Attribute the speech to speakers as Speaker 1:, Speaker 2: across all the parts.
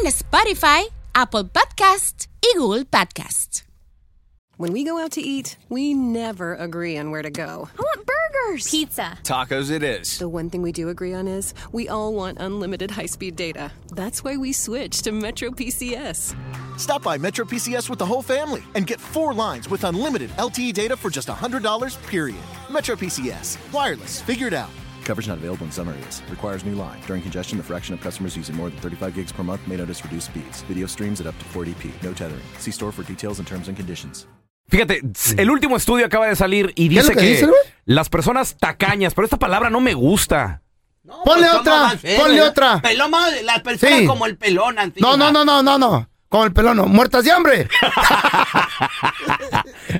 Speaker 1: en Spotify, Apple Podcast y Google Podcast.
Speaker 2: When we go out to eat, we never agree on where to go.
Speaker 1: I want burgers. Pizza.
Speaker 3: Tacos it is.
Speaker 2: The one thing we do agree on is we all want unlimited high speed data. That's why we switched to Metro PCS.
Speaker 4: Stop by Metro PCS with the whole family and get four lines with unlimited LTE data for just $100, period. Metro PCS. Wireless. Figure it out. Coverage not available in some areas. Requires new line. During congestion, the fraction of customers using more than 35 gigs per month may notice reduced speeds. Video streams at up to 480p. No tethering. See store for details and terms and conditions.
Speaker 5: Fíjate, tss, el último estudio acaba de salir y dice
Speaker 6: es lo
Speaker 5: que,
Speaker 6: que dice, güey?
Speaker 5: las personas tacañas, pero esta palabra no me gusta.
Speaker 6: Ponle
Speaker 7: Pues,
Speaker 6: otra,
Speaker 7: no más, eh,
Speaker 6: ponle
Speaker 7: eh,
Speaker 6: otra.
Speaker 7: Peloma, las personas
Speaker 6: Sí.
Speaker 7: como el pelón. antiguo.
Speaker 6: No, no, no, no, no, no. Con el pelón, no. Muertas de hambre.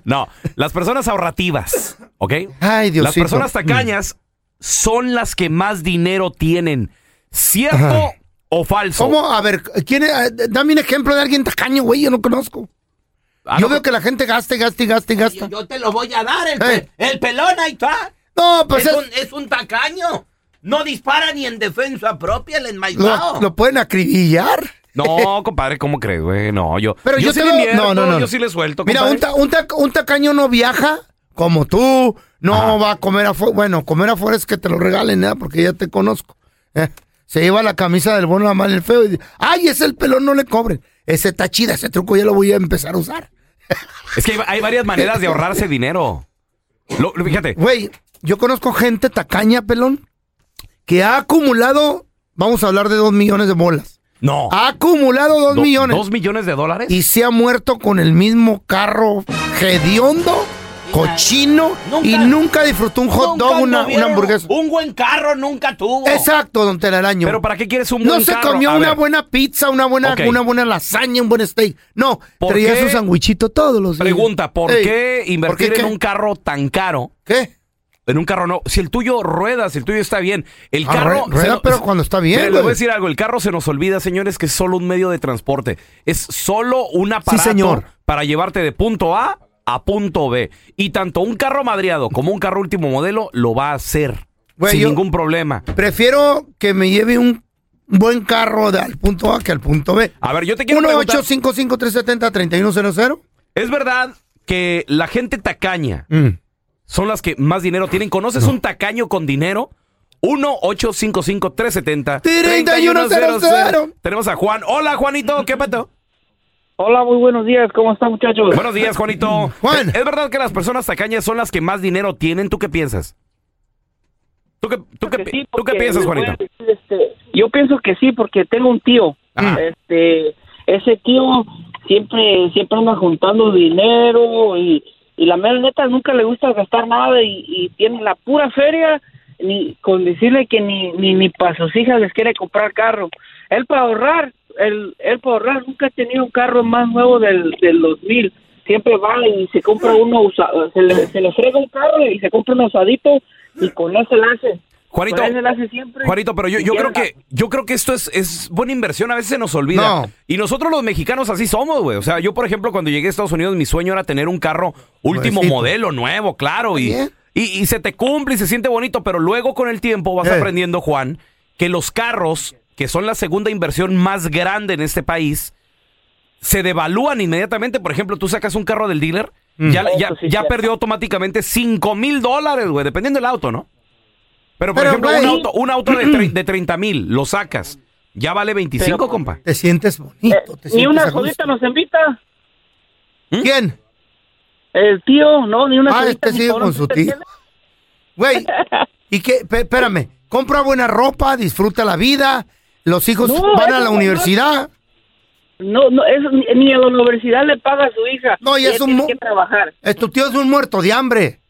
Speaker 5: No, las personas ahorrativas, ¿ok?
Speaker 6: Ay, Diosito.
Speaker 5: Las personas tacañas son las que más dinero tienen. ¿Cierto
Speaker 6: Ajá.
Speaker 5: o falso?
Speaker 6: ¿Cómo? A ver, ¿quién es? Eh, dame un ejemplo de alguien tacaño, güey. Yo no conozco.
Speaker 5: Ah,
Speaker 6: Yo
Speaker 5: no,
Speaker 6: veo que la gente gasta y gasta y gasta y
Speaker 7: Yo,
Speaker 6: gasta.
Speaker 7: Ah, yo te lo voy a dar, el, pe-
Speaker 6: Eh.
Speaker 7: el pelón, ahí está.
Speaker 6: No, pues
Speaker 7: es,
Speaker 6: es-
Speaker 7: un, es un tacaño. No dispara ni en defensa propia el enmaizado.
Speaker 6: lo, lo pueden acribillar.
Speaker 5: No, compadre, ¿cómo crees, güey? No, yo.
Speaker 6: Pero yo,
Speaker 5: sí
Speaker 6: te
Speaker 5: le
Speaker 6: veo-
Speaker 5: invierto,
Speaker 6: no, no, no.
Speaker 5: Yo sí le suelto.
Speaker 6: Mira,
Speaker 5: compadre.
Speaker 6: un, ta- un, ta- un tacaño no viaja como tú. No va a comer afuera. Bueno, comer afuera es que te lo regalen, ¿eh? Porque ya te conozco. Eh, Se lleva la camisa del bueno, la mal, el feo. Y dice, Ay, es el pelón, no le cobren. Ese está chida, ese truco ya lo voy a empezar a usar.
Speaker 5: Es que hay, hay varias maneras de ahorrarse dinero. Lo- lo- fíjate,
Speaker 6: Güey, yo conozco gente tacaña, pelón, que ha acumulado, vamos a hablar de dos millones de bolas.
Speaker 5: no.
Speaker 6: Ha acumulado dos
Speaker 5: Do-
Speaker 6: millones.
Speaker 5: ¿Dos millones de dólares?
Speaker 6: y se ha muerto con el mismo carro hediondo, cochino,
Speaker 7: Nunca-
Speaker 6: y nunca disfrutó un hot
Speaker 7: Nunca
Speaker 6: dog, una,
Speaker 7: anduvieron-
Speaker 6: una hamburguesa.
Speaker 7: Un buen carro nunca tuvo.
Speaker 6: Exacto, don Telaraño.
Speaker 5: ¿Pero para qué quieres un
Speaker 6: no
Speaker 5: buen
Speaker 6: se
Speaker 5: carro?
Speaker 6: comió
Speaker 5: A
Speaker 6: una
Speaker 5: ver,
Speaker 6: buena pizza, una buena,
Speaker 5: Ok.
Speaker 6: una buena lasaña, un buen steak. No,
Speaker 5: ¿Por
Speaker 6: traía
Speaker 5: qué?
Speaker 6: su sandwichito todos los días.
Speaker 5: Pregunta, ¿por
Speaker 6: Ey,
Speaker 5: qué
Speaker 6: ¿por
Speaker 5: invertir
Speaker 6: qué
Speaker 5: en
Speaker 6: qué?
Speaker 5: un carro tan caro?
Speaker 6: ¿Qué?
Speaker 5: En un carro no. Si el tuyo rueda, si el tuyo está bien. El
Speaker 6: Ah,
Speaker 5: carro.
Speaker 6: rueda,
Speaker 5: se
Speaker 6: rueda,
Speaker 5: no-
Speaker 6: pero
Speaker 5: se-
Speaker 6: cuando está bien,
Speaker 5: Mira, Les
Speaker 6: güey.
Speaker 5: voy a decir algo. El carro se nos olvida, señores, que es solo un medio de transporte. Es solo un aparato
Speaker 6: señor.
Speaker 5: para llevarte de punto A a punto B. Y tanto un carro madreado como un carro último modelo lo va a hacer.
Speaker 6: Güey,
Speaker 5: sin
Speaker 6: yo-
Speaker 5: ningún problema.
Speaker 6: Prefiero que me lleve un buen carro de al punto A que al punto B.
Speaker 5: A ver, yo te quiero preguntar.
Speaker 6: 1-855-370-3100.
Speaker 5: ¿Es verdad que la gente tacaña
Speaker 6: Mm.
Speaker 5: son las que más dinero tienen? ¿Conoces un tacaño con dinero? 1-855-370-3100.
Speaker 6: 3100.
Speaker 5: Tenemos a Juan. Hola, Juanito. ¿Qué pasó?
Speaker 8: Hola, muy buenos días. ¿Cómo están, muchachos?
Speaker 5: Buenos días, Juanito.
Speaker 6: Juan.
Speaker 5: ¿Es verdad que las personas tacañas son las que más dinero tienen? ¿Tú qué piensas? ¿Tú qué, tú qué,
Speaker 8: Que sí,
Speaker 5: tú qué
Speaker 8: porque
Speaker 5: piensas,
Speaker 8: les voy a
Speaker 5: Juanito?
Speaker 8: decir, este, yo pienso que sí, porque tengo un tío.
Speaker 5: Ajá.
Speaker 8: Este, ese tío siempre, siempre anda juntando dinero y, y la mera neta nunca le gusta gastar nada y, y tiene la pura feria ni con decirle que ni, ni, ni para sus hijas les quiere comprar carro. Él para ahorrar, él, él para ahorrar nunca ha tenido un carro más nuevo del, del 2000. Siempre va y se compra uno, usa- se, le, se le frega un carro y se compra un usadito y con ese la hace.
Speaker 5: Juanito,
Speaker 8: Con ese la hace siempre.
Speaker 5: Juanito, pero yo, yo
Speaker 8: Y
Speaker 5: creo
Speaker 8: quiere
Speaker 5: que yo creo que esto es, es buena inversión, a veces se nos olvida.
Speaker 6: No.
Speaker 5: Y nosotros los mexicanos así somos, güey. O sea, yo, por ejemplo, cuando llegué a Estados Unidos, mi sueño era tener un carro último
Speaker 6: Nuevecito.
Speaker 5: modelo, nuevo, claro. Y,
Speaker 6: Bien.
Speaker 5: y, y se te cumple y se siente bonito, pero luego con el tiempo vas
Speaker 6: Eh.
Speaker 5: aprendiendo, Juan, que los carros, que son la segunda inversión más grande en este país, se devalúan inmediatamente. Por ejemplo, tú sacas un carro del dealer,
Speaker 6: Mm.
Speaker 5: ya, ya,
Speaker 8: Eso sí es
Speaker 5: ya
Speaker 8: cierto.
Speaker 5: perdió automáticamente 5 mil dólares, güey, dependiendo del auto, ¿no? Pero, por
Speaker 6: Pero,
Speaker 5: ejemplo,
Speaker 6: güey.
Speaker 5: un auto, un auto de, tre- de 30 mil, lo sacas. Ya vale 25,
Speaker 8: Pero-
Speaker 5: compa.
Speaker 6: Te sientes bonito, te
Speaker 8: Eh, Ni
Speaker 6: sientes
Speaker 8: una
Speaker 6: a gusto.
Speaker 8: solita nos invita.
Speaker 6: ¿Quién?
Speaker 8: El tío, no, ni una
Speaker 6: Ah,
Speaker 8: solita.
Speaker 6: este
Speaker 8: ni
Speaker 6: sigue
Speaker 8: por un
Speaker 6: con su
Speaker 8: chiste
Speaker 6: tío. Güey, ¿y qué? Pe- espérame, compra buena ropa, disfta la vida, los hijos
Speaker 8: No,
Speaker 6: van a
Speaker 8: eso
Speaker 6: la
Speaker 8: no.
Speaker 6: universidad.
Speaker 8: No, no, eso ni, ni a la universidad le paga a su hija.
Speaker 6: No, y
Speaker 8: Ella
Speaker 6: es un
Speaker 8: tiene
Speaker 6: mo-
Speaker 8: que trabajar.
Speaker 6: Eh, tu tío es un muerto de hambre.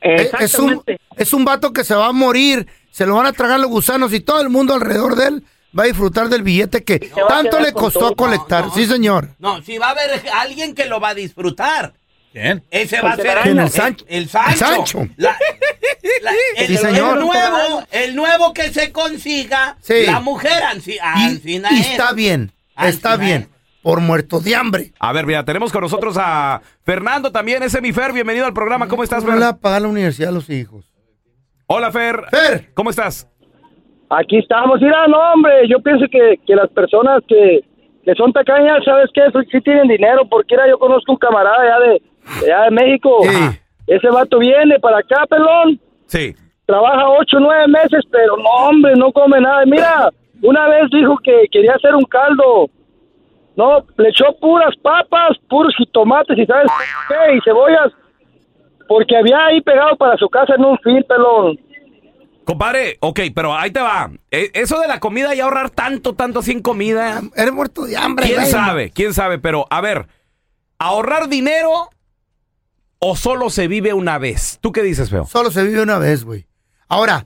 Speaker 6: Eh, Es un,
Speaker 8: Exactamente.
Speaker 6: es un vato que se va a morir, se lo van a tragar los gusanos y todo el mundo alrededor de él va a disfrutar del billete que
Speaker 8: va a
Speaker 6: tanto
Speaker 8: quedar
Speaker 6: le
Speaker 8: con
Speaker 6: costó
Speaker 8: todo.
Speaker 6: a colectar.
Speaker 7: No, no.
Speaker 6: Sí, señor.
Speaker 7: No, si va a haber alguien que lo va a disfrutar.
Speaker 3: ¿Quién?
Speaker 7: Ese va a ser
Speaker 6: ¿Quién? ¿El Sancho?
Speaker 7: El, el Sancho.
Speaker 6: El Sancho.
Speaker 7: La- la- el,
Speaker 6: Sí, señor.
Speaker 7: el nuevo, el nuevo que se consiga,
Speaker 6: Sí.
Speaker 7: la mujer ansi-
Speaker 6: Y,
Speaker 7: ansina
Speaker 6: y
Speaker 7: es.
Speaker 6: está bien,
Speaker 7: Ah,
Speaker 6: está
Speaker 7: Ancina
Speaker 6: bien, por muerto de hambre.
Speaker 5: A ver, mira, tenemos con nosotros a Fernando también, ese mi Fer, bienvenido al programa. ¿Cómo estás,
Speaker 6: No le va
Speaker 5: Fer?
Speaker 6: a pagar la universidad a los hijos.
Speaker 5: Hola, Fer.
Speaker 6: Fer.
Speaker 5: ¿Cómo estás?
Speaker 8: Aquí estamos. Mira, no, hombre, yo pienso que, que las personas que, que son tacañas, ¿sabes qué? Sí- Sí tienen dinero, porque mira, yo conozco un camarada allá de, de allá de México.
Speaker 6: Sí.
Speaker 8: Ese vato viene para acá, pelón,
Speaker 5: Sí.
Speaker 8: trabaja ocho, nueve meses, pero no, hombre, no come nada. Mira, una vez dijo que quería hacer un caldo. No, le echó puras papas, puros jitomates y sabes qué, y cebollas, porque había ahí pegado para su casa en un film, pelón.
Speaker 5: Compadre, ok, pero ahí te va. E- Eso de la comida y ahorrar tanto, tanto así en comida,
Speaker 6: Eres muerto de hambre.
Speaker 5: quién
Speaker 6: güey.
Speaker 5: sabe, quién sabe, pero a ver, ¿ahorrar dinero o solo se vive una vez? ¿Tú qué dices, feo?
Speaker 6: Solo se vive una vez, güey. Ahora,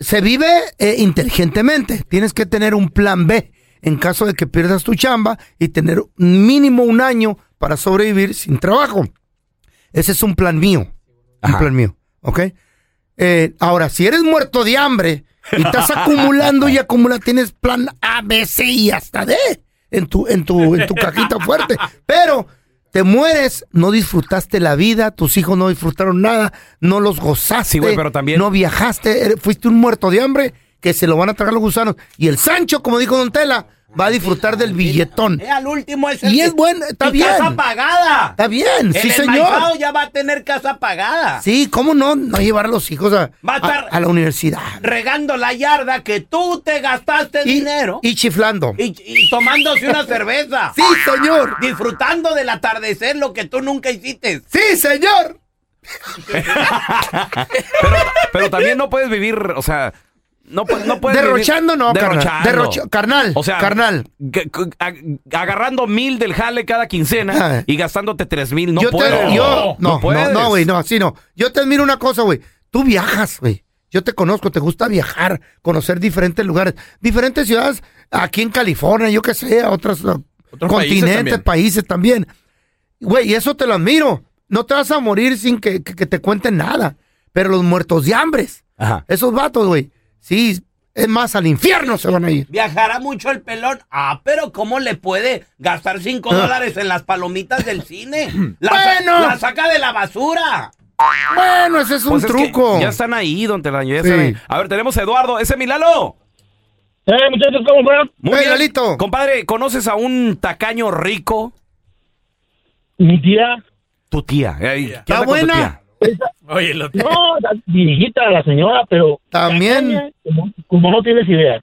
Speaker 6: se vive eh, inteligentemente. Tienes que tener un plan B en caso de que pierdas tu chamba y tener mínimo un año para sobrevivir sin trabajo. Ese es un plan mío.
Speaker 5: Ajá.
Speaker 6: Un plan mío, ¿ok? Eh, ahora, si eres muerto de hambre y estás acumulando y acumula, tienes plan A, B, C y hasta D en tu, en tu, en tu cajita fuerte. Pero te mueres, no disfrutaste la vida, tus hijos no disfrutaron nada, no los gozaste,
Speaker 5: Sí, güey, pero también-
Speaker 6: no viajaste, eres- fuiste un muerto de hambre que se lo van a tragar los gusanos. Y el Sancho, como dijo Don Tela, va a disfrutar del billetón.
Speaker 7: Eh, al último es el
Speaker 6: Y
Speaker 7: que-
Speaker 6: es bueno, está
Speaker 7: y
Speaker 6: bien.
Speaker 7: Casa pagada.
Speaker 6: Está bien,
Speaker 7: el
Speaker 6: sí
Speaker 7: enmaizado
Speaker 6: señor.
Speaker 7: ya va a tener casa pagada.
Speaker 6: Sí, ¿cómo no? No llevar a los hijos a,
Speaker 7: Va a estar-
Speaker 6: a- a la universidad.
Speaker 7: Regando la yarda que tú te gastaste
Speaker 6: y,
Speaker 7: dinero y,
Speaker 6: y chiflando.
Speaker 7: y tomándose una cerveza.
Speaker 6: Sí, señor.
Speaker 7: Disfrutando del atardecer lo que tú nunca hiciste.
Speaker 6: Sí, señor.
Speaker 5: Pero, pero también no puedes vivir, o sea, no, pu- no puedes vivir-
Speaker 6: Derrochando no, carnal.
Speaker 5: derrochando.
Speaker 6: Derrocha- carnal,
Speaker 5: O sea,
Speaker 6: carnal.
Speaker 5: que- que- ag- agarrando mil del jale cada quincena
Speaker 6: Ah.
Speaker 5: y gastándote tres mil, no
Speaker 6: yo te-
Speaker 5: puedo.
Speaker 6: yo- no, no,
Speaker 5: puedes.
Speaker 6: no, güey, no, así no. Yo te admiro una cosa, güey. Tú viajas, güey. Yo te conozco, te gusta viajar, conocer diferentes lugares, diferentes ciudades, aquí en California, yo qué sé, a otros, uh,
Speaker 3: Otros países
Speaker 6: continentes,
Speaker 3: también.
Speaker 6: países también. Güey, y eso te lo admiro. No te vas a morir sin que, que- que te cuenten nada. Pero los muertos de hambres,
Speaker 5: Ajá.
Speaker 6: esos vatos, güey, sí, es más, al infierno se van a ir.
Speaker 7: Viajará mucho el pelón. Ah, pero ¿cómo le puede gastar cinco
Speaker 6: Ah.
Speaker 7: dólares en las palomitas del cine? La,
Speaker 6: Bueno.
Speaker 7: la saca de la basura.
Speaker 6: Bueno, ese es un
Speaker 5: Pues es que
Speaker 6: truco.
Speaker 5: ya están ahí, don Telaño. ya
Speaker 6: Sí.
Speaker 5: están ahí. A ver, tenemos a Eduardo. Ese es Milalo.
Speaker 8: Eh, muchachos, ¿cómo fueron?
Speaker 6: Hey, Lalito.
Speaker 5: Compadre, ¿conoces a un tacaño rico?
Speaker 8: Mi tía.
Speaker 5: Tu tía. Eh, ¿qué
Speaker 6: ¿Está
Speaker 5: onda con tu
Speaker 6: buena?
Speaker 5: tía?
Speaker 3: Oye, lo
Speaker 8: No, la viejita la señora, pero...
Speaker 6: También,
Speaker 8: Como, como no tienes idea.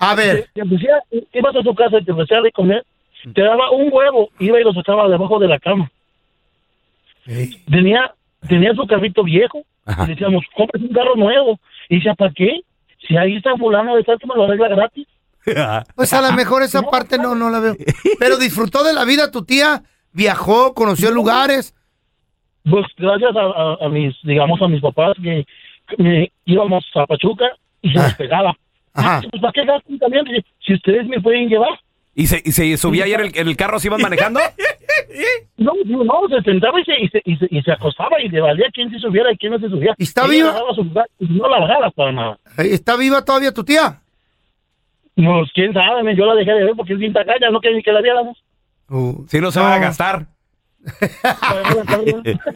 Speaker 6: a ver,
Speaker 8: Te ofrecía, ibas a su casa y te ofrecía de comer, te daba un huevo, iba y lo sacaba debajo de la cama.
Speaker 6: Ey.
Speaker 8: Tenía, tenía su carrito viejo,
Speaker 5: Ajá.
Speaker 8: y decíamos, compres un carro nuevo. Y decía, ¿para qué? Si ahí está fulano de tal que me lo arregla gratis.
Speaker 6: pues a lo mejor esa parte no, no la veo. Pero disfrutó de la vida tu tía, viajó, conoció lugares.
Speaker 8: Pues gracias a, a- a mis, digamos, a mis papás, que, que íbamos a Pachuca y se nos
Speaker 6: Ah.
Speaker 8: pegaba.
Speaker 6: Ajá.
Speaker 8: Pues, ¿para qué gastan también? Si- Si ustedes me pueden llevar.
Speaker 5: ¿Y se, y se subía ayer el, el carro, se iban manejando?
Speaker 8: No, no, no, se sentaba y se, y se, y se, y se acostaba y le valía quién se subiera y quién no se subía.
Speaker 6: ¿Y está
Speaker 8: Ella
Speaker 6: viva?
Speaker 8: agarraba su lugar y no la bajaba para nada.
Speaker 6: Ey, ¿Está viva todavía tu tía?
Speaker 8: No, Pues, quién sabe, men, yo la dejé de ver porque es bien tacaña, no quería ni que la viéramos.
Speaker 6: Uh,
Speaker 5: Si no se va a
Speaker 6: no.
Speaker 5: gastar.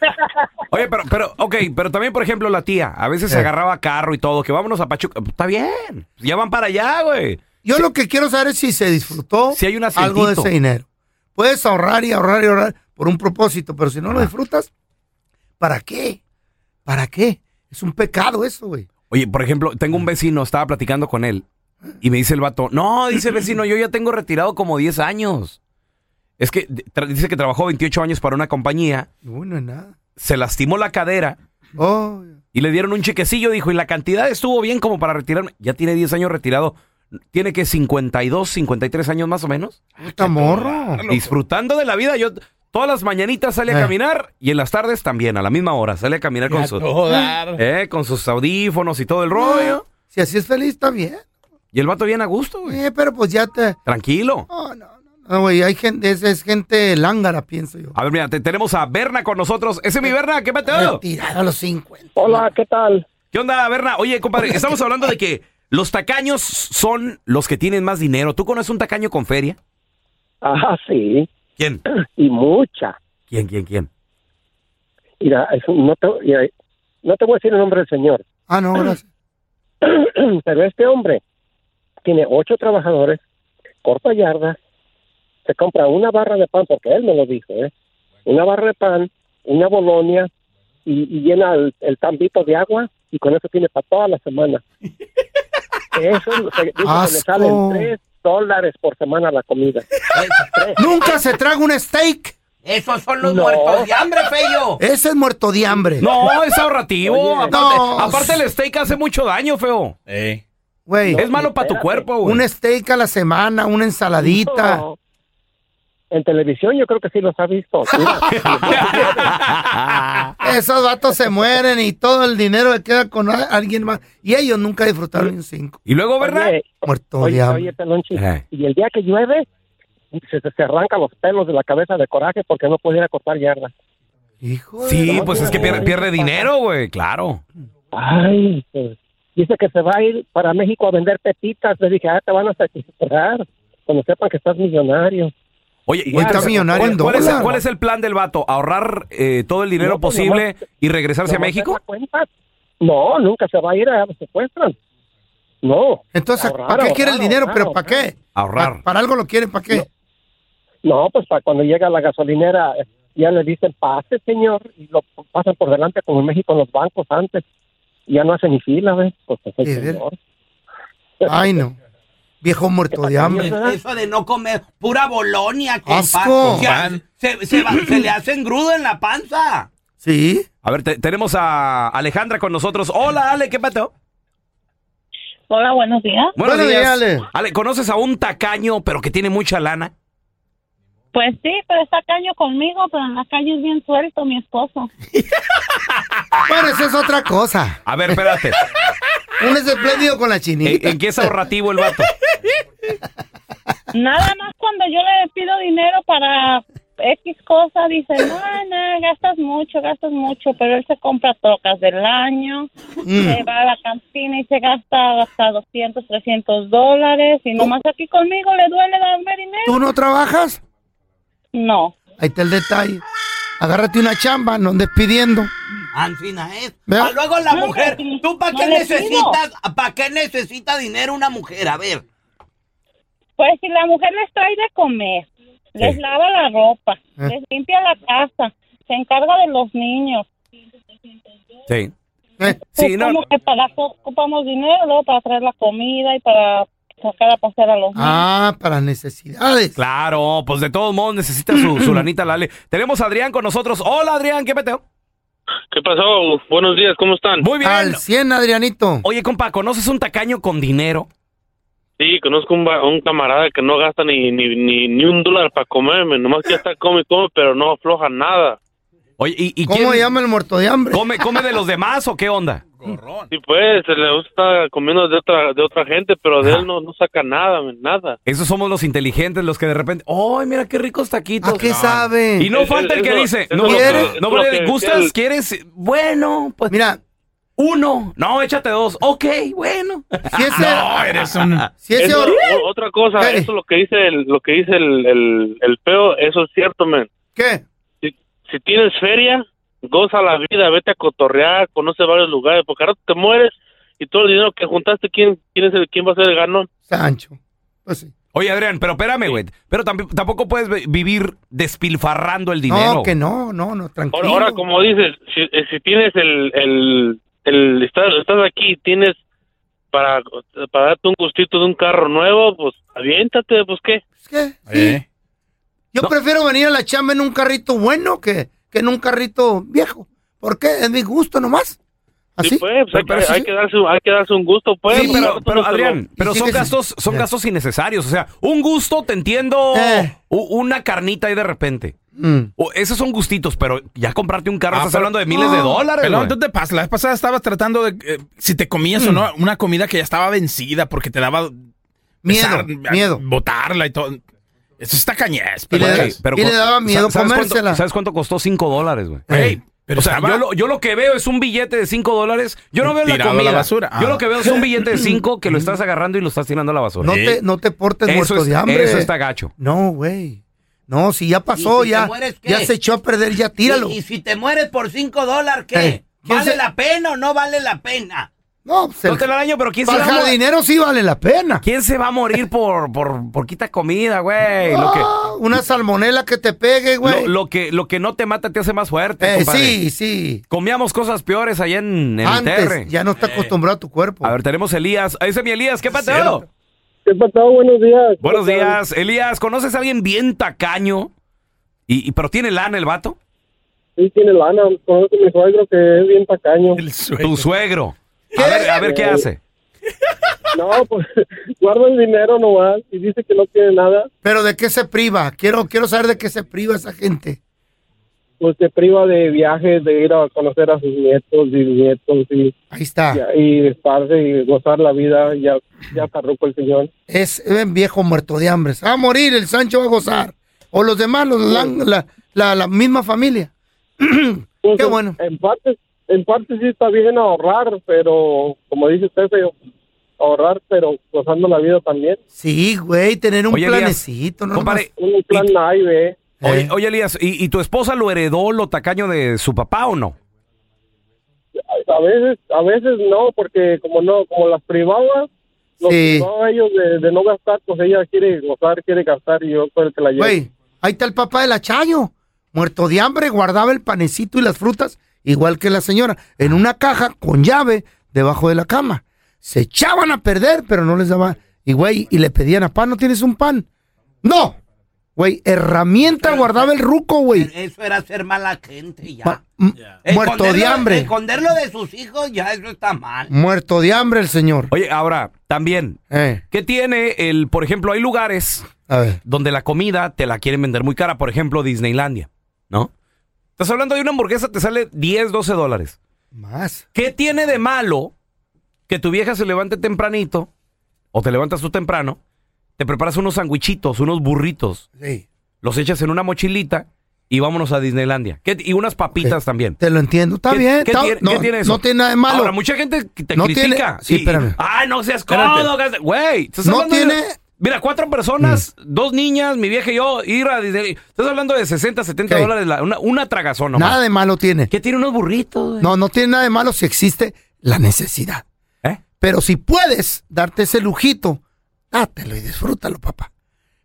Speaker 5: Oye, pero, pero, ok, pero también, por ejemplo, la tía, a veces se
Speaker 6: Eh.
Speaker 5: agarraba carro y todo, que vámonos a Pachuca. Está bien, ya van para allá, güey.
Speaker 6: Yo lo que quiero saber es si se disfrutó
Speaker 5: Si hay un
Speaker 6: algo de
Speaker 5: asientito.
Speaker 6: ese dinero. Puedes ahorrar y ahorrar y ahorrar por un propósito, pero si no
Speaker 5: Ah.
Speaker 6: lo disfrutas, ¿para qué? ¿Para qué? Es un pecado eso, güey. Ah.
Speaker 5: Oye, por ejemplo, tengo un vecino, estaba platicando con él, Y me dice el vato, no, dice vecino, yo ya tengo retirado como 10 años. Es que tra- dice que trabajó 28 años para una compañía,
Speaker 6: Uy, no es nada.
Speaker 5: se lastimó la cadera
Speaker 6: Oh,
Speaker 5: y le dieron un chequecillo, dijo, y la cantidad estuvo bien como para retirarme. Ya tiene 10 años retirado, tiene que 52, 53 años más o menos.
Speaker 6: puta morra.
Speaker 5: Disfrutando de la vida, yo todas las mañanitas sale a
Speaker 6: Eh.
Speaker 5: caminar y en las tardes también, a la misma hora, sale a caminar con sus, eh, con sus audífonos y todo el rollo.
Speaker 6: Si así es feliz, está bien.
Speaker 5: Y el vato bien a gusto, güey.
Speaker 6: Eh, pero pues ya te.
Speaker 5: Tranquilo.
Speaker 6: No, no, no, no, güey. Hay gente, es, es gente lángara, pienso yo.
Speaker 5: A ver, mira, te- tenemos a Berna con nosotros. Ese es mi Berna, ¿qué meteo?
Speaker 6: Eh, Retirado a los 50.
Speaker 8: Hola, ¿qué tal?
Speaker 5: ¿Qué onda, Berna? Oye, compadre, estamos hablando de que los tacaños son los que tienen más dinero. ¿Tú conoces un tacaño con feria?
Speaker 8: Ah, sí,
Speaker 5: ¿Quién?
Speaker 8: y mucha.
Speaker 5: ¿Quién, quién, quién?
Speaker 8: Mira, es un- no te, mira, no te voy a decir el nombre del señor,
Speaker 6: Ah, no, gracias.
Speaker 8: pero este hombre tiene ocho trabajadores, corta yarda, se compra una barra de pan, porque él me lo dijo, ¿eh? Una barra de pan, una bolonia, y, y llena el, el tambito de agua, y con eso tiene para toda la semana. Eso se, dice que le
Speaker 6: Asco.
Speaker 8: salen tres dólares por semana la comida.
Speaker 6: Nunca se traga un steak.
Speaker 7: Esos son los
Speaker 8: No.
Speaker 7: muertos de hambre, feyo.
Speaker 6: Ese es muerto de hambre.
Speaker 5: No, es ahorrativo.
Speaker 8: Oye.
Speaker 5: aparte,
Speaker 6: No.
Speaker 5: aparte el steak hace mucho daño, feo.
Speaker 6: Güey.
Speaker 5: es malo para tu
Speaker 8: espérate.
Speaker 5: cuerpo, güey.
Speaker 6: un steak a la semana, una ensaladita.
Speaker 9: Oh.
Speaker 8: No. En televisión yo creo que sí los ha visto. Mira,
Speaker 6: Esos vatos se mueren y todo el dinero le queda con a- alguien más. Y ellos nunca disfrutaron ni un cinco.
Speaker 5: ¿Y luego, Berna?
Speaker 8: oye,
Speaker 6: Muerto de
Speaker 8: oye,
Speaker 6: hambre.
Speaker 8: oye, Pelonchi,
Speaker 5: Eh.
Speaker 8: y el día que llueve se, se arranca los pelos de la cabeza de coraje porque no pudiera cortar yarda.
Speaker 6: Hijo de
Speaker 5: Sí,
Speaker 6: la-
Speaker 5: pues es que pierde, pierde dinero, güey, claro.
Speaker 8: Ay, pues, dice que se va a ir para México a vender pepitas. Le dije, ah, te van a secuestrar cuando sepan que estás millonario.
Speaker 5: Oye, y-
Speaker 6: Güey, está
Speaker 5: ¿cuál-
Speaker 6: millonario en
Speaker 5: ¿cuál, es,
Speaker 6: dólar.
Speaker 5: cuál es el plan del vato? ¿Ahorrar eh, todo el dinero
Speaker 8: No, pues,
Speaker 5: posible
Speaker 8: nomás-
Speaker 5: y regresarse a
Speaker 8: ¿No vas
Speaker 5: México?
Speaker 8: dar cuenta? No, nunca se va a ir, a, secuestran. No.
Speaker 6: Entonces,
Speaker 8: Ahorrar,
Speaker 6: ¿para qué quiere el
Speaker 8: ahorrar,
Speaker 6: dinero? ¿Pero
Speaker 8: ahorrar,
Speaker 6: para qué?
Speaker 5: Ahorrar.
Speaker 6: Pa- ¿Para algo lo quiere? ¿Para qué?
Speaker 8: No, pues para cuando llega a la gasolinera eh, ya le dicen pase, señor, y lo pasan por delante como en México en los bancos antes. Ya no hacen ni fila, ¿ves? Pues es el
Speaker 6: Sí, ver-
Speaker 8: señor.
Speaker 6: Ay, no. Viejo muerto de hambre.
Speaker 8: ¿verdad?
Speaker 7: Eso de no comer pura bolonia,
Speaker 6: Asco.
Speaker 7: compadre. Se, se va- se le hace engrudo en la panza.
Speaker 6: Sí.
Speaker 5: A ver, te- tenemos a Alejandra con nosotros. Hola, Ale, ¿qué pato?
Speaker 3: Hola, buenos días.
Speaker 6: Buenos días, Ale.
Speaker 5: Ale, ¿conoces a un tacaño, pero que tiene mucha lana?
Speaker 3: Pues sí, pero está caño conmigo, pero en la calle es bien suelto mi esposo.
Speaker 6: Bueno, esa es otra cosa.
Speaker 5: A ver, espérate.
Speaker 6: Un es espléndido con la
Speaker 5: ¿En,
Speaker 6: chinita.
Speaker 5: en qué es ahorrativo el vato?
Speaker 3: Nada más cuando yo le pido dinero para X cosa, dice, no, no, gastas mucho, gastas mucho, pero él se compra trocas del año,
Speaker 6: Mm.
Speaker 3: se va a la cantina y se gasta hasta 200, 300 dólares, y nomás aquí conmigo le duele darme dinero.
Speaker 6: ¿Tú no trabajas?
Speaker 3: No.
Speaker 6: Ahí está el detalle. Agárrate una chamba, no andes pidiendo.
Speaker 7: Ancina es.
Speaker 6: Vea.
Speaker 7: Ah, luego la
Speaker 3: No,
Speaker 7: mujer.
Speaker 3: no,
Speaker 7: ¿Tú para
Speaker 3: no
Speaker 7: qué
Speaker 3: le pido.
Speaker 7: necesitas? ¿Para qué necesita dinero una mujer? A ver.
Speaker 3: Pues si la mujer les trae de comer, les lava la ropa,
Speaker 5: Ah.
Speaker 6: Eh.
Speaker 3: les limpia la casa, se encarga de los niños.
Speaker 5: Sí.
Speaker 6: Eh,
Speaker 3: Pues
Speaker 5: Sí, no.
Speaker 3: como que para eso ocupamos dinero, luego para traer la comida y para sacar a pasear a los niños.
Speaker 6: Ah, para necesidades.
Speaker 5: Claro, pues de todos modos necesita su, su lanita, la Ale. Tenemos a Adrián con nosotros. Hola, Adrián, ¿qué pato?
Speaker 10: ¿Qué pasó? Buenos días, ¿cómo están?
Speaker 5: Muy bien.
Speaker 6: Al 100, Adrianito.
Speaker 5: Oye, compa, ¿conoces un tacaño con dinero?
Speaker 10: Sí, conozco un, va- un camarada que no gasta ni, ni, ni, ni un dólar para comerme, nomás que ya está come y come, pero no afloja nada.
Speaker 5: Oye, ¿y, y
Speaker 6: ¿Cómo
Speaker 5: quién
Speaker 6: llama el muerto de hambre?
Speaker 5: come, come de los demás o qué onda?
Speaker 10: Sí, pues, se le gusta comiendo de otra, de otra gente, pero de él no, no saca nada, men, nada.
Speaker 5: Esos somos los inteligentes, los que de repente, ¡ay, mira qué ricos taquitos!
Speaker 6: ¿A qué
Speaker 5: No.
Speaker 6: sabe?
Speaker 5: Y no
Speaker 10: Es-
Speaker 5: falta el
Speaker 10: es
Speaker 5: que
Speaker 10: lo-
Speaker 5: dice,
Speaker 10: es
Speaker 5: ¿no,
Speaker 10: lo
Speaker 6: que-
Speaker 5: ¿quieres?
Speaker 10: es
Speaker 5: ¿No
Speaker 10: lo
Speaker 5: me
Speaker 10: que-
Speaker 5: gustas?
Speaker 10: el-
Speaker 5: ¿Quieres? Bueno, pues
Speaker 6: Mira,
Speaker 5: uno. No, échate dos. Ok, bueno.
Speaker 6: si ese... Si ese...
Speaker 10: Eso- o- otra cosa,
Speaker 6: Ey.
Speaker 10: eso lo que dice el, lo que dice el, el, el feo, eso es cierto, men.
Speaker 6: ¿Qué?
Speaker 10: Si tienes feria, goza la vida, vete a cotorrear, conoce varios lugares, porque ahora te mueres y todo el dinero que juntaste, ¿quién, quién, es el, quién va a ser el ganón?
Speaker 6: Sancho. Pues sí.
Speaker 5: Oye, Adrián, pero espérame, güey. Pero tamp- tampoco puedes vi- vivir despilfarrando el dinero.
Speaker 6: No, que no, no, no, tranquilo.
Speaker 10: Ahora, ahora, como dices, si, eh, si tienes el, el, el- estás, estás aquí, tienes para, para darte un gustito de un carro nuevo, pues aviéntate, pues qué.
Speaker 6: Yo prefiero venir a la chamba en un carrito bueno que, que en un carrito viejo. ¿Por qué? Es mi gusto nomás.
Speaker 5: ¿Ah,
Speaker 10: Sí, pues, hay, que- hay que darse, hay que darse un gusto, pues.
Speaker 5: Sí,
Speaker 10: pues,
Speaker 5: pero,
Speaker 10: nosotros
Speaker 5: pero,
Speaker 10: no se lo-
Speaker 5: Adrián, pero son gastos, son gastos innecesarios. O sea, un gusto, te entiendo, u- una carnita ahí de repente. O esos son gustitos, pero ya comprarte un
Speaker 11: Ah,
Speaker 5: carro, estás hablando de miles de dólares.
Speaker 11: Pelón,
Speaker 5: güey.
Speaker 11: tú te pasas. La vez pasada estabas tratando de eh, si te comías o
Speaker 7: Mm.
Speaker 11: no una comida que ya estaba vencida porque te daba miedo, miedo. botarla y todo. Eso está cañez, pelón.
Speaker 5: Güey, pero con- ¿sabes cuánto- ¿Sabes cuánto costó 5 dólares, güey? o sea,
Speaker 11: estaba-
Speaker 5: yo lo, yo lo que veo es un billete de 5 dólares. Yo no veo la
Speaker 11: Tirado a la
Speaker 5: comida.
Speaker 11: basura.
Speaker 5: Yo
Speaker 11: Ah.
Speaker 5: lo que veo es un billete de 5 que lo estás agarrando y lo estás tirando a la basura.
Speaker 6: No, te, no te portes
Speaker 5: Eso
Speaker 6: muerto
Speaker 5: es-
Speaker 6: de hambre.
Speaker 5: eso está gacho.
Speaker 6: No, güey. No, si ya pasó,
Speaker 7: ¿Y si te
Speaker 6: ya,
Speaker 7: mueres, qué?
Speaker 6: ya se echó a perder, ya tíralo.
Speaker 7: Y, y si te mueres por 5 dólares, ¿qué?
Speaker 6: Eh, ¿quién
Speaker 7: ¿Vale
Speaker 6: se-
Speaker 7: la pena o no vale la pena?
Speaker 6: No, pues, el-
Speaker 5: te la daño, pero ¿quién se
Speaker 6: Para
Speaker 5: va a
Speaker 6: el
Speaker 5: morir?
Speaker 6: jardinero sí vale la pena.
Speaker 5: ¿Quién se va a morir por, por, por quita comida, güey? Lo que-
Speaker 6: Ah, Una salmonela que te pegue, güey.
Speaker 5: Lo, lo que, lo que no te mata te hace más fuerte.
Speaker 6: Eh,
Speaker 5: compadre.
Speaker 6: sí, sí.
Speaker 5: Comíamos cosas peores allá en, en
Speaker 6: Antes,
Speaker 5: Terre.
Speaker 6: ya no está acostumbrado a tu cuerpo.
Speaker 5: A ver, tenemos a Elías. Ahí es mi Elías, ¿qué pateo?
Speaker 9: ¿Qué pasó? Buenos días.
Speaker 5: Buenos días, Elías. ¿Conoces a alguien bien tacaño? Y, y- pero tiene lana el vato.
Speaker 9: Sí, tiene lana. Conozco a mi suegro que es bien tacaño.
Speaker 5: Tu suegro. A ver, a ver qué hace.
Speaker 9: No, pues guarda el dinero nomás y dice que no tiene nada,
Speaker 6: Pero ¿de qué se priva? Quiero, quiero saber de qué se priva esa gente.
Speaker 9: pues se priva de viajes, de ir a conocer a sus nietos y nietos y,
Speaker 6: Ahí está.
Speaker 9: y, y esparce y gozar la vida. Ya, ya carruco el señor.
Speaker 6: Es un viejo muerto de hambre. Se Va a morir, el Sancho va a gozar. O los demás, los, la, la- la- la misma familia.
Speaker 9: Pues,
Speaker 6: qué bueno.
Speaker 9: En parte, en parte sí está bien ahorrar, pero como dice usted, feo, ahorrar, pero gozando la vida también.
Speaker 6: Sí, güey, tener un
Speaker 5: Oye, Elías, Eh.
Speaker 6: planecito, ¿no?
Speaker 5: compadre,
Speaker 9: Un plan A y B.
Speaker 6: Eh.
Speaker 5: Oye, oye, Elías, ¿y, y tu esposa lo heredó lo tacaño de su papá o no?
Speaker 9: a veces a veces no porque como no como las privaba los
Speaker 6: Sí.
Speaker 9: privaba ellos de, de no gastar pues ella quiere gozar quiere gastar y yo soy el que la llevo
Speaker 6: Güey, ahí está el papá del achayo. Muerto de hambre, guardaba el panecito y las frutas, igual que la señora, en una caja con llave debajo de la cama. Se echaban a perder, pero no les daba. Y güey, y le pedían a pan, ¿no tienes un pan? ¡No! Güey, herramienta guardaba el ruco, güey.
Speaker 7: Eso era ser mala gente ya.
Speaker 6: Pa- m- Muerto de
Speaker 7: Esconderlo-
Speaker 6: hambre.
Speaker 7: Esconderlo de sus hijos ya eso está mal.
Speaker 6: Muerto de hambre el señor.
Speaker 5: Oye, ahora, también,
Speaker 6: Eh,
Speaker 5: ¿qué tiene el, por ejemplo, hay lugares
Speaker 6: a ver.
Speaker 5: donde la comida te la quieren vender muy cara, por ejemplo, Disneylandia, ¿no? Estás hablando de una hamburguesa, te sale 10, 12 dólares.
Speaker 6: Más.
Speaker 5: ¿Qué tiene de malo que tu vieja se levante tempranito, o te levantas tú temprano, te preparas unos sandwichitos, unos burritos,
Speaker 6: Sí.
Speaker 5: los echas en una mochilita y vámonos a Disneylandia? ¿Qué- y unas papitas también.
Speaker 6: Te lo entiendo. Está
Speaker 5: ¿Qué-
Speaker 6: bien.
Speaker 5: qué
Speaker 6: está-
Speaker 5: tiene-
Speaker 6: no,
Speaker 5: qué tiene eso?
Speaker 6: no tiene nada de malo.
Speaker 5: Ahora, mucha gente te
Speaker 6: No tiene-
Speaker 5: critica.
Speaker 6: sí,
Speaker 5: y-
Speaker 6: espérame.
Speaker 5: Ay, no seas
Speaker 6: Espérate.
Speaker 5: codo. gas- Güey, estás
Speaker 6: No
Speaker 5: hablando de-
Speaker 6: tiene- Mm.
Speaker 5: Mira, cuatro personas, dos niñas, mi vieja y yo, ir a Disney. Estás hablando de 60, 70
Speaker 6: Ok.
Speaker 5: dólares, la- una, una tragazón nomás.
Speaker 6: Nada de malo tiene.
Speaker 5: ¿Qué tiene unos burritos? güey?
Speaker 6: No, no tiene nada de malo si existe la necesidad.
Speaker 5: ¿Eh?
Speaker 6: Pero si puedes darte ese lujito, dátelo y disfrútalo, papá.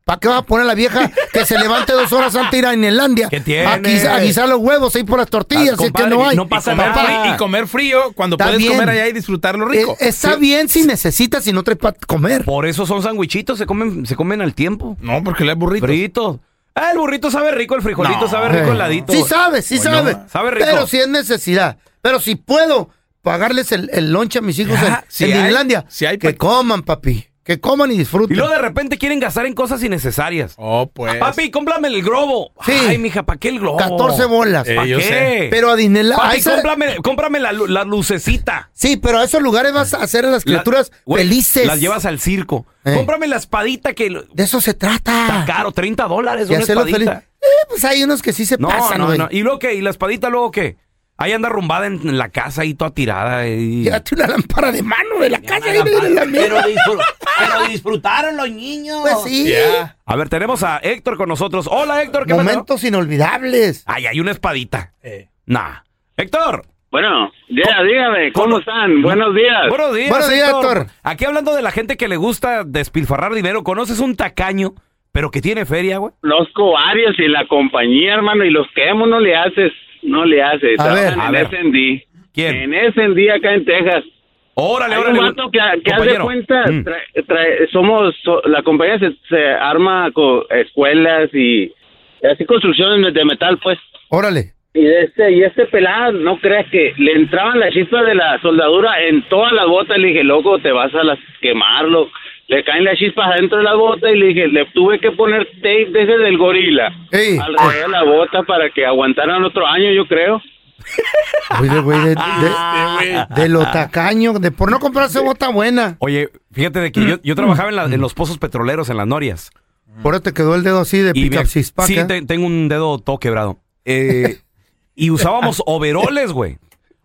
Speaker 6: ¿Para qué vas a poner a la vieja que se levante dos horas antes de ir a Inlandia?
Speaker 5: ¿Qué tiene?
Speaker 6: A, guis- a guisar los huevos, a ir por las tortillas,
Speaker 5: Ah,
Speaker 6: si es que
Speaker 5: compadre,
Speaker 6: no hay.
Speaker 5: no pasa
Speaker 11: Y comer
Speaker 5: nada.
Speaker 11: fri- Y comer frío cuando
Speaker 6: Está
Speaker 11: puedes
Speaker 6: bien.
Speaker 11: comer allá y disfrutarlo rico.
Speaker 6: Eh, está bien si necesitas y no traes para comer.
Speaker 5: Por eso son sandwichitos, se comen, se comen al tiempo.
Speaker 11: No, porque le es burrito.
Speaker 5: Fritos. Ah, el burrito sabe rico, el frijolito
Speaker 11: No. Pues
Speaker 5: sabe rico,
Speaker 6: Eh,
Speaker 5: el ladito.
Speaker 6: Sí
Speaker 5: güey.
Speaker 6: sabes, sí
Speaker 5: Hoy no.
Speaker 6: sabes.
Speaker 5: Sabe rico.
Speaker 6: Pero si es necesidad. Pero si puedo pagarles el, el lonche a mis hijos
Speaker 11: Ya,
Speaker 5: Ah,
Speaker 6: en,
Speaker 11: si
Speaker 6: en
Speaker 11: hay-
Speaker 6: Disneylandia,
Speaker 11: si hay
Speaker 6: que
Speaker 11: pa-
Speaker 6: coman, papi. Que coman y
Speaker 5: Y
Speaker 6: disfruten.
Speaker 5: luego de repente quieren gastar en cosas innecesarias.
Speaker 11: Oh, pues.
Speaker 5: Papi, cómprame el globo.
Speaker 6: Sí.
Speaker 5: Ay, mija, ¿para qué el globo?
Speaker 6: 14 bolas.
Speaker 11: Eh,
Speaker 5: ¿Para
Speaker 11: yo
Speaker 5: qué?
Speaker 11: sé.
Speaker 6: Pero a Disneylandia. a
Speaker 5: Papi,
Speaker 6: esa-
Speaker 5: cómprame, cómprame la, lu- la lucecita.
Speaker 6: Sí, pero a esos lugares vas a hacer a las criaturas
Speaker 5: La- güey,
Speaker 6: felices.
Speaker 5: Las llevas al circo.
Speaker 6: Eh.
Speaker 5: Cómprame la espadita que lo-
Speaker 6: De eso se
Speaker 5: está
Speaker 6: trata.
Speaker 5: caro, 30 dólares
Speaker 6: Y
Speaker 5: una
Speaker 6: hacerlos
Speaker 5: espadita.
Speaker 6: felices. Eh, pues hay unos que sí se
Speaker 5: No,
Speaker 6: pasan,
Speaker 5: no,
Speaker 6: güey.
Speaker 5: no. ¿Y luego qué? ¿Y la espadita luego qué? Ahí anda rumbada en, en la casa ahí toda tirada. y-
Speaker 6: Llévate una lámpara de mano de la casa.
Speaker 7: Pero,
Speaker 6: ahí en la mesa.
Speaker 7: disfr- pero disfrutaron los niños.
Speaker 6: Pues sí.
Speaker 11: Ya.
Speaker 5: A ver, tenemos a Héctor con nosotros. Hola, Héctor. ¿qué pasó?
Speaker 6: Momentos inolvidables.
Speaker 5: Ay, hay una espadita. Nah. Héctor.
Speaker 12: Bueno, ya, dígame, ¿cómo están? Buenos días.
Speaker 5: Buenos días.
Speaker 6: Buenos días, Héctor.
Speaker 5: Aquí hablando de la gente que le gusta despilfarrar dinero, ¿conoces un tacaño, pero que tiene feria, güey?
Speaker 12: Conozco varios y la compañía, hermano, y los que amo no le haces, no le haces.
Speaker 6: A ver,
Speaker 12: Trabajan
Speaker 5: a
Speaker 12: en
Speaker 5: ver.
Speaker 12: S&D.
Speaker 5: ¿Quién?
Speaker 12: En S&D acá en Texas.
Speaker 5: Órale,
Speaker 12: Hay
Speaker 5: órale.
Speaker 12: un vato que, que haz de
Speaker 5: compañero.
Speaker 12: Ah, cuenta,
Speaker 5: Mm.
Speaker 12: tra- trae- somos, so- la compañía se, se arma con escuelas y así construcciones de metal, pues.
Speaker 6: Órale.
Speaker 12: Y este, y este pelado, no creas que le entraban las chispas de la soldadura en todas las botas. Le dije, loco, te vas a las quemarlo. Le caen las chispas adentro de la bota y le dije, le tuve que poner tape desde del gorila. Alrededor de la bota para que aguantaran otro año, yo creo.
Speaker 6: Oye, güey, de,
Speaker 5: Este,
Speaker 6: de- de lo tacaño, de por no comprarse bota buena.
Speaker 5: Oye, fíjate de que yo, yo trabajaba en, la- en los pozos petroleros, en las norias.
Speaker 6: Por eso te quedó el dedo así de
Speaker 5: Y me-
Speaker 6: picapsispaca.
Speaker 5: sí, te- tengo un dedo todo quebrado. Eh, y usábamos overoles, güey.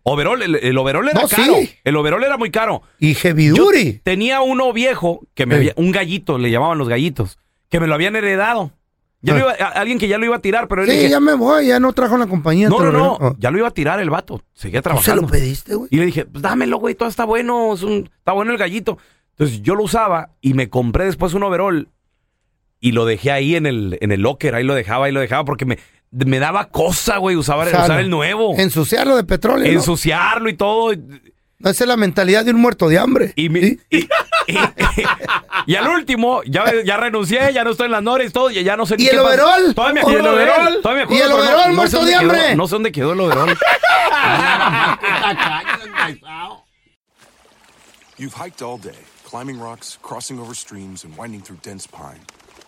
Speaker 5: Overol, el, el overol era
Speaker 6: No, sí.
Speaker 5: caro. El overol era muy caro.
Speaker 6: Y heviduri.
Speaker 5: Yo tenía uno viejo que me había- un gallito, le llamaban los gallitos, que me lo habían heredado. Ya lo iba- a- alguien que ya lo iba a tirar, pero él
Speaker 6: Sí,
Speaker 5: dije,
Speaker 6: ya me voy, ya no trajo la compañía.
Speaker 5: no,
Speaker 6: te
Speaker 5: no,
Speaker 6: lo
Speaker 5: no,
Speaker 6: regalo.
Speaker 5: ya lo iba a tirar el vato, seguía
Speaker 6: ¿Tú se
Speaker 5: trabajando.
Speaker 6: lo pediste, güey?
Speaker 5: Y le dije, pues dámelo, güey, todo está bueno, es un- está bueno el gallito. Entonces yo lo usaba y me compré después un overall y lo dejé ahí en el, en el locker, ahí lo dejaba, ahí lo dejaba porque me, me daba cosa, güey, usaba-
Speaker 6: Usarlo.
Speaker 5: usar el nuevo.
Speaker 6: Ensuciarlo de petróleo. ¿no?
Speaker 5: Ensuciarlo y todo. Y,
Speaker 6: Esa es la mentalidad de un muerto de hambre. ¿Sí?
Speaker 5: y al último, ya, ya renuncié, ya no estoy en las nores, todo, ya, ya no sé
Speaker 6: ¿Y el
Speaker 5: pasó.
Speaker 6: overol?
Speaker 5: Todavía me
Speaker 6: ¿Y el
Speaker 5: acuerdo de él,
Speaker 6: overol?
Speaker 5: todavía me
Speaker 6: ¿Y
Speaker 5: acuerdo,
Speaker 6: el
Speaker 5: pero no-
Speaker 6: overol,
Speaker 5: no sé
Speaker 6: muerto
Speaker 5: dónde
Speaker 6: de
Speaker 5: quedó-
Speaker 6: hambre?
Speaker 5: No sé dónde quedó el overol.
Speaker 13: You've hiked all day, climbing rocks, crossing over streams, and winding through dense pine.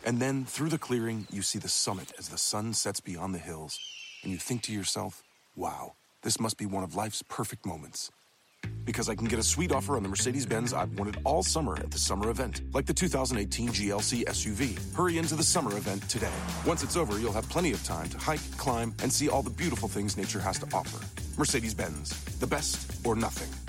Speaker 13: And then, through the clearing, you see the summit as the sun sets beyond the hills. And you think to yourself, wow, this must be one of life's perfect moments. Because I can get a sweet offer on the Mercedes Benz I've wanted all summer at the summer event, like the 2018 GLC SUV. Hurry into the summer event today. Once it's over, you'll have plenty of time to hike, climb, and see all the beautiful things nature has to offer. Mercedes Benz, the best or nothing.